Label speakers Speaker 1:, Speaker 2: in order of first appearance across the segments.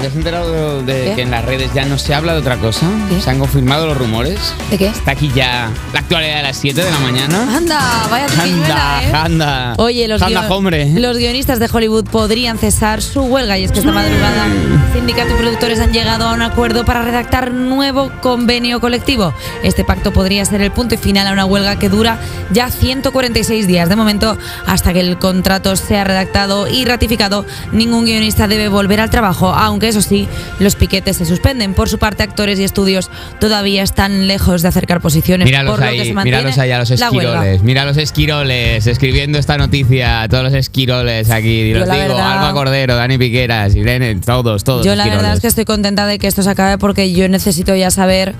Speaker 1: has enterado de, de
Speaker 2: ¿Qué?
Speaker 1: que en las redes ya no se habla de otra cosa?
Speaker 2: ¿Qué?
Speaker 1: Se han confirmado los rumores.
Speaker 2: ¿De qué?
Speaker 1: Está aquí ya la actualidad de las 7 de la
Speaker 2: Ah,
Speaker 1: mañana.
Speaker 2: Anda, vaya triquiñuela, ¿eh?
Speaker 1: Anda, anda.
Speaker 2: Oye, los,
Speaker 1: Anda,
Speaker 2: guio-
Speaker 1: hombre. ¿eh?
Speaker 2: los guionistas de Hollywood podrían cesar su huelga y es que esta madrugada sindicato y productores han llegado a un acuerdo para redactar un nuevo convenio colectivo. Este pacto podría ser el punto y final a una huelga que dura ya 146 días. De momento, hasta que el contrato sea redactado y ratificado, ningún guionista debe volver al trabajo, aunque eso sí, los piquetes se suspenden. Por su parte, actores y estudios todavía están lejos de acercar posiciones,
Speaker 1: Míralos
Speaker 2: por lo que
Speaker 1: ahí,
Speaker 2: se mantiene
Speaker 1: míralos ahí a los
Speaker 2: la huelga.
Speaker 1: esquiroles. Mira a los esquiroles escribiendo esta noticia. Todos los esquiroles aquí.
Speaker 2: Yo
Speaker 1: Los
Speaker 2: la
Speaker 1: digo,
Speaker 2: verdad-
Speaker 1: Alba Cordero, Dani Piqueras, Irene, todos, todos.
Speaker 2: Yo la verdad
Speaker 1: esquiroles.
Speaker 2: es que estoy contenta de que esto se acabe porque yo necesito ya saber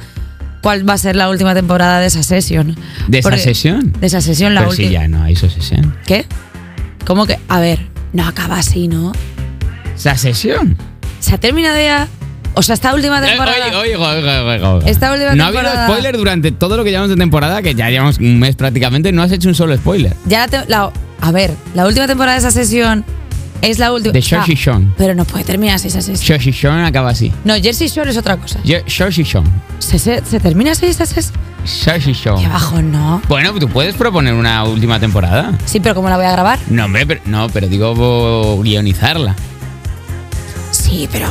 Speaker 2: cuál va a ser la última temporada de esa sesión.
Speaker 1: ¿De esa
Speaker 2: Porque-
Speaker 1: sesión?
Speaker 2: De esa sesión, la
Speaker 1: Pero
Speaker 2: última.
Speaker 1: sí, ya no, eso sesión.
Speaker 2: ¿Qué? ¿Cómo que? A ver, no acaba así, ¿no?
Speaker 1: ¿Esa sesión?
Speaker 2: ¿Se ha terminado ya? O sea, esta última
Speaker 1: Eh,
Speaker 2: temporada...
Speaker 1: Oye, oye, oye, oye, oye.
Speaker 2: Esta última
Speaker 1: no ha
Speaker 2: temporada-
Speaker 1: habido spoiler durante todo lo que llevamos de temporada, que ya llevamos un mes prácticamente, no has hecho un solo spoiler.
Speaker 2: Ya la, te- la- A ver, la última temporada de esa sesión es la última...
Speaker 1: De Saoirse Shore.
Speaker 2: Pero no puede terminarse esa sesión.
Speaker 1: Shoshi Shon acaba así.
Speaker 2: No, Jersey Shore es otra cosa.
Speaker 1: Yo- Shoshi Shon.
Speaker 2: ¿Se, se, se termina así esa sesión?
Speaker 1: Shoshi Shon.
Speaker 2: Qué bajo, ¿no?
Speaker 1: Bueno, tú puedes proponer una última temporada.
Speaker 2: Sí, pero ¿cómo la voy a grabar?
Speaker 1: No, hombre, pero, no, pero digo bo- guionizarla.
Speaker 2: Sí, pero...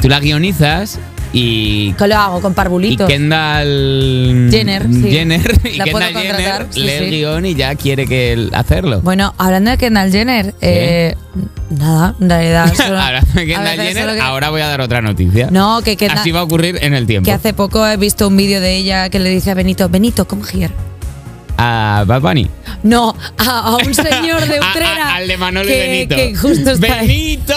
Speaker 1: Tú la guionizas y,
Speaker 2: ¿Qué lo hago? ¿Con
Speaker 1: y
Speaker 2: parvulitos?
Speaker 1: Kendall
Speaker 2: Jenner, sí.
Speaker 1: Jenner y
Speaker 2: La puedo
Speaker 1: Kendall Jenner
Speaker 2: contratar, sí,
Speaker 1: lee el
Speaker 2: sí.
Speaker 1: guión y ya quiere que él hacerlo.
Speaker 2: Bueno, hablando de Kendall Jenner, eh, nada, en realidad. solo-
Speaker 1: Ahora,
Speaker 2: a
Speaker 1: Kendall
Speaker 2: veces
Speaker 1: Jenner,
Speaker 2: solo que-
Speaker 1: ahora voy a dar otra noticia.
Speaker 2: No, que Kendall-
Speaker 1: Así va a ocurrir en el tiempo.
Speaker 2: que hace poco he visto un vídeo de ella que le dice a Benito, Benito, come here.
Speaker 1: A Bad Bunny.
Speaker 2: No, a, a un señor de
Speaker 1: A- a-
Speaker 2: Utrera.
Speaker 1: al de Manolo
Speaker 2: que,
Speaker 1: y Benito.
Speaker 2: que justo está ahí.
Speaker 1: ¡Benito!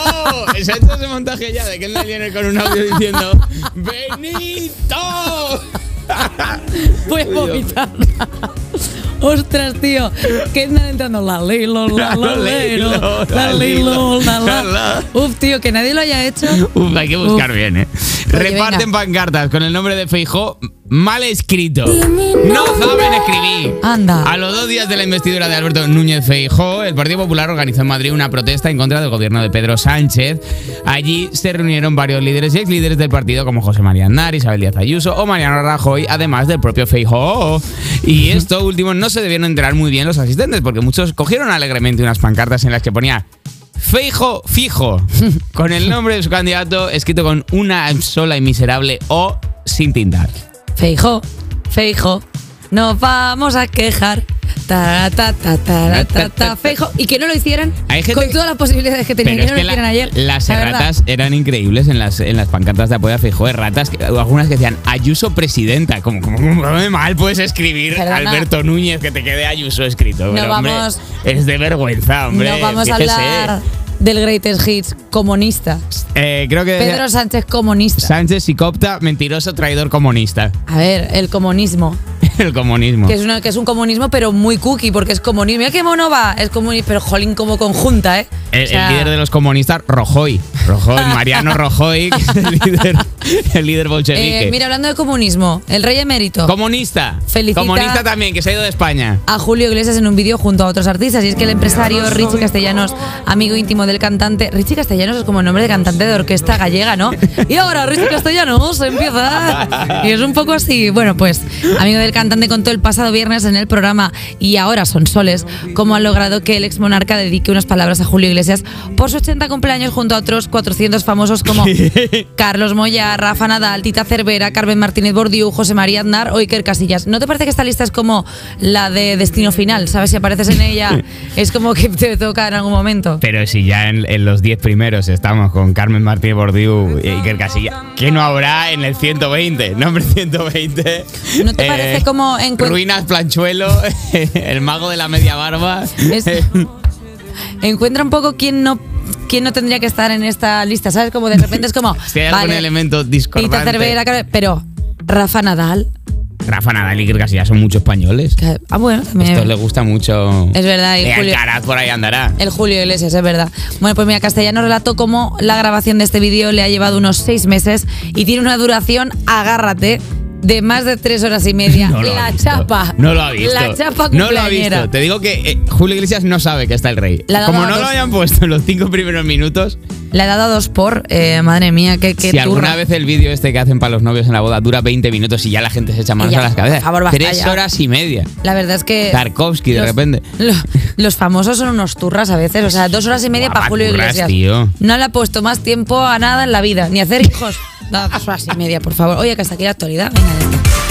Speaker 1: Se ha hecho ese montaje ya de que él viene con un audio diciendo ¡Benito!
Speaker 2: Voy a vomitar. Ostras, tío. Kendall entrando la lilo, la
Speaker 1: La
Speaker 2: lo,
Speaker 1: lilo,
Speaker 2: lero,
Speaker 1: la
Speaker 2: la lilo, la
Speaker 1: lilo,
Speaker 2: la. Uf, tío, que nadie lo haya hecho.
Speaker 1: Uf, hay que buscar
Speaker 2: Uf.
Speaker 1: bien, ¿eh?
Speaker 2: Oye,
Speaker 1: Reparten
Speaker 2: venga.
Speaker 1: pancartas con el nombre de Feijó mal escrito. No saben escribir.
Speaker 2: Anda.
Speaker 1: A los dos días de la investidura de Alberto Núñez Feijó, el Partido Popular organizó en Madrid una protesta en contra del gobierno de Pedro Sánchez. Allí se reunieron varios líderes y ex líderes del partido, como José María Aznar, Isabel Díaz Ayuso o Mariano Rajoy, además del propio Feijó. Y esto último no se debieron enterar muy bien los asistentes, porque muchos cogieron alegremente unas pancartas en las que ponía Feijo fijo, con el nombre de su candidato escrito con una sola y miserable O sin tintar.
Speaker 2: Feijo, Feijo, nos vamos a quejar. Ta, ta, ta, ta, ta, ta, ta, Feijo. Y que no lo hicieran
Speaker 1: Hay gente
Speaker 2: con
Speaker 1: que-
Speaker 2: todas las posibilidades que tenían.
Speaker 1: Pero
Speaker 2: Que
Speaker 1: es
Speaker 2: no lo
Speaker 1: que la-
Speaker 2: hicieran ayer.
Speaker 1: las
Speaker 2: la verdad.
Speaker 1: erratas eran increíbles en las, en las pancartas de apoyo a Feijo. Erratas, que- algunas que decían Ayuso presidenta. Como, como, como de mal puedes escribir
Speaker 2: Perdona.
Speaker 1: Alberto Núñez que te quede Ayuso escrito.
Speaker 2: No
Speaker 1: Pero, hombre,
Speaker 2: vamos-
Speaker 1: es de vergüenza, hombre.
Speaker 2: no vamos
Speaker 1: fíjese.
Speaker 2: a hablar del Greatest Hits comunista.
Speaker 1: Eh, creo que decía,
Speaker 2: Pedro Sánchez comunista.
Speaker 1: Sánchez psicopta, mentiroso, traidor comunista.
Speaker 2: A ver, el comunismo.
Speaker 1: El comunismo.
Speaker 2: Que es, una- que es un comunismo, pero muy cookie, porque es comunismo. Mira qué mono va. Es comunismo, pero jolín como conjunta, ¿eh?
Speaker 1: El,
Speaker 2: O sea,
Speaker 1: el líder de los comunistas, Rojoy. Rojoy, Mariano Rojoy, que es el líder, el líder bolchevique.
Speaker 2: eh, mira, hablando de comunismo, el rey emérito.
Speaker 1: comunista.
Speaker 2: Felicita-
Speaker 1: Comunista también, que se ha ido de España.
Speaker 2: a Julio Iglesias en un vídeo junto a otros artistas. Y es que el empresario Richie Castellanos, amigo íntimo del cantante. Richie Castellanos es como el nombre de cantante de orquesta gallega, ¿no? Y ahora Richie Castellanos empieza. Y es un poco así. Bueno, pues, amigo del cantante contó el pasado viernes en el programa Y ahora son soles, cómo ha logrado que el exmonarca dedique unas palabras a Julio Iglesias por su 80 cumpleaños junto a otros 400 famosos como Carlos Moya, Rafa Nadal, Tita Cervera, Carmen Martínez Bordiú, José María Aznar o Iker Casillas. ¿No te parece que esta lista es como la de Destino Final? ¿Sabes? Si apareces en ella, es como que te toca en algún momento.
Speaker 1: Pero si ya en, en los 10 primeros estamos con Carmen Martínez Bordiú y Iker Casilla, ¿qué no habrá en el 120? Nombre 120.
Speaker 2: ¿No te parece como en cuen-
Speaker 1: Eh, Ruinas Planchuelo, el mago de la media barba.
Speaker 2: Es- Encuentra un poco quién no, quién no tendría que estar en esta lista, ¿sabes? Como de repente es como.
Speaker 1: Si hay algún elemento discordante.
Speaker 2: Tita Cervera, Carmen- pero Rafa Nadal.
Speaker 1: Rafa Nadal y Iker Casilla son muchos españoles.
Speaker 2: que- ah, bueno, también.
Speaker 1: Esto le gusta mucho.
Speaker 2: Es verdad, y
Speaker 1: Y
Speaker 2: Julio-
Speaker 1: Alcaraz por ahí andará.
Speaker 2: El Julio Iglesias, es verdad. Bueno, pues mira, Castellano relató cómo la grabación de este vídeo le ha llevado unos seis meses y tiene una duración, agárrate, de más de tres horas y media.
Speaker 1: No lo ha
Speaker 2: la
Speaker 1: visto.
Speaker 2: chapa.
Speaker 1: No lo ha visto.
Speaker 2: La chapa
Speaker 1: No lo ha
Speaker 2: cumpleañera.
Speaker 1: visto. Te digo que eh, Julio Iglesias no sabe que está el rey.
Speaker 2: Le ha dado
Speaker 1: Como
Speaker 2: a
Speaker 1: no lo
Speaker 2: dos.
Speaker 1: hayan puesto en los cinco primeros minutos,
Speaker 2: La he dado a dos por. eh, madre mía, qué, qué
Speaker 1: si
Speaker 2: turra.
Speaker 1: alguna vez el vídeo este que hacen para los novios en la boda dura 20 minutos y ya la gente se echa manos
Speaker 2: Ya,
Speaker 1: a las
Speaker 2: por
Speaker 1: cabezas.
Speaker 2: favor, basta
Speaker 1: Tres
Speaker 2: ya.
Speaker 1: horas y media.
Speaker 2: La verdad es que.
Speaker 1: Tarkovsky, de
Speaker 2: los-
Speaker 1: repente.
Speaker 2: lo- los famosos son unos turras a veces. O sea, dos horas y media
Speaker 1: Guapa,
Speaker 2: para Julio
Speaker 1: turras,
Speaker 2: Iglesias.
Speaker 1: tío.
Speaker 2: No le ha puesto más tiempo a nada en la vida, ni a hacer hijos. No, dos horas y media, por favor. Oye, que hasta aquí la actualidad. Venga, ya está.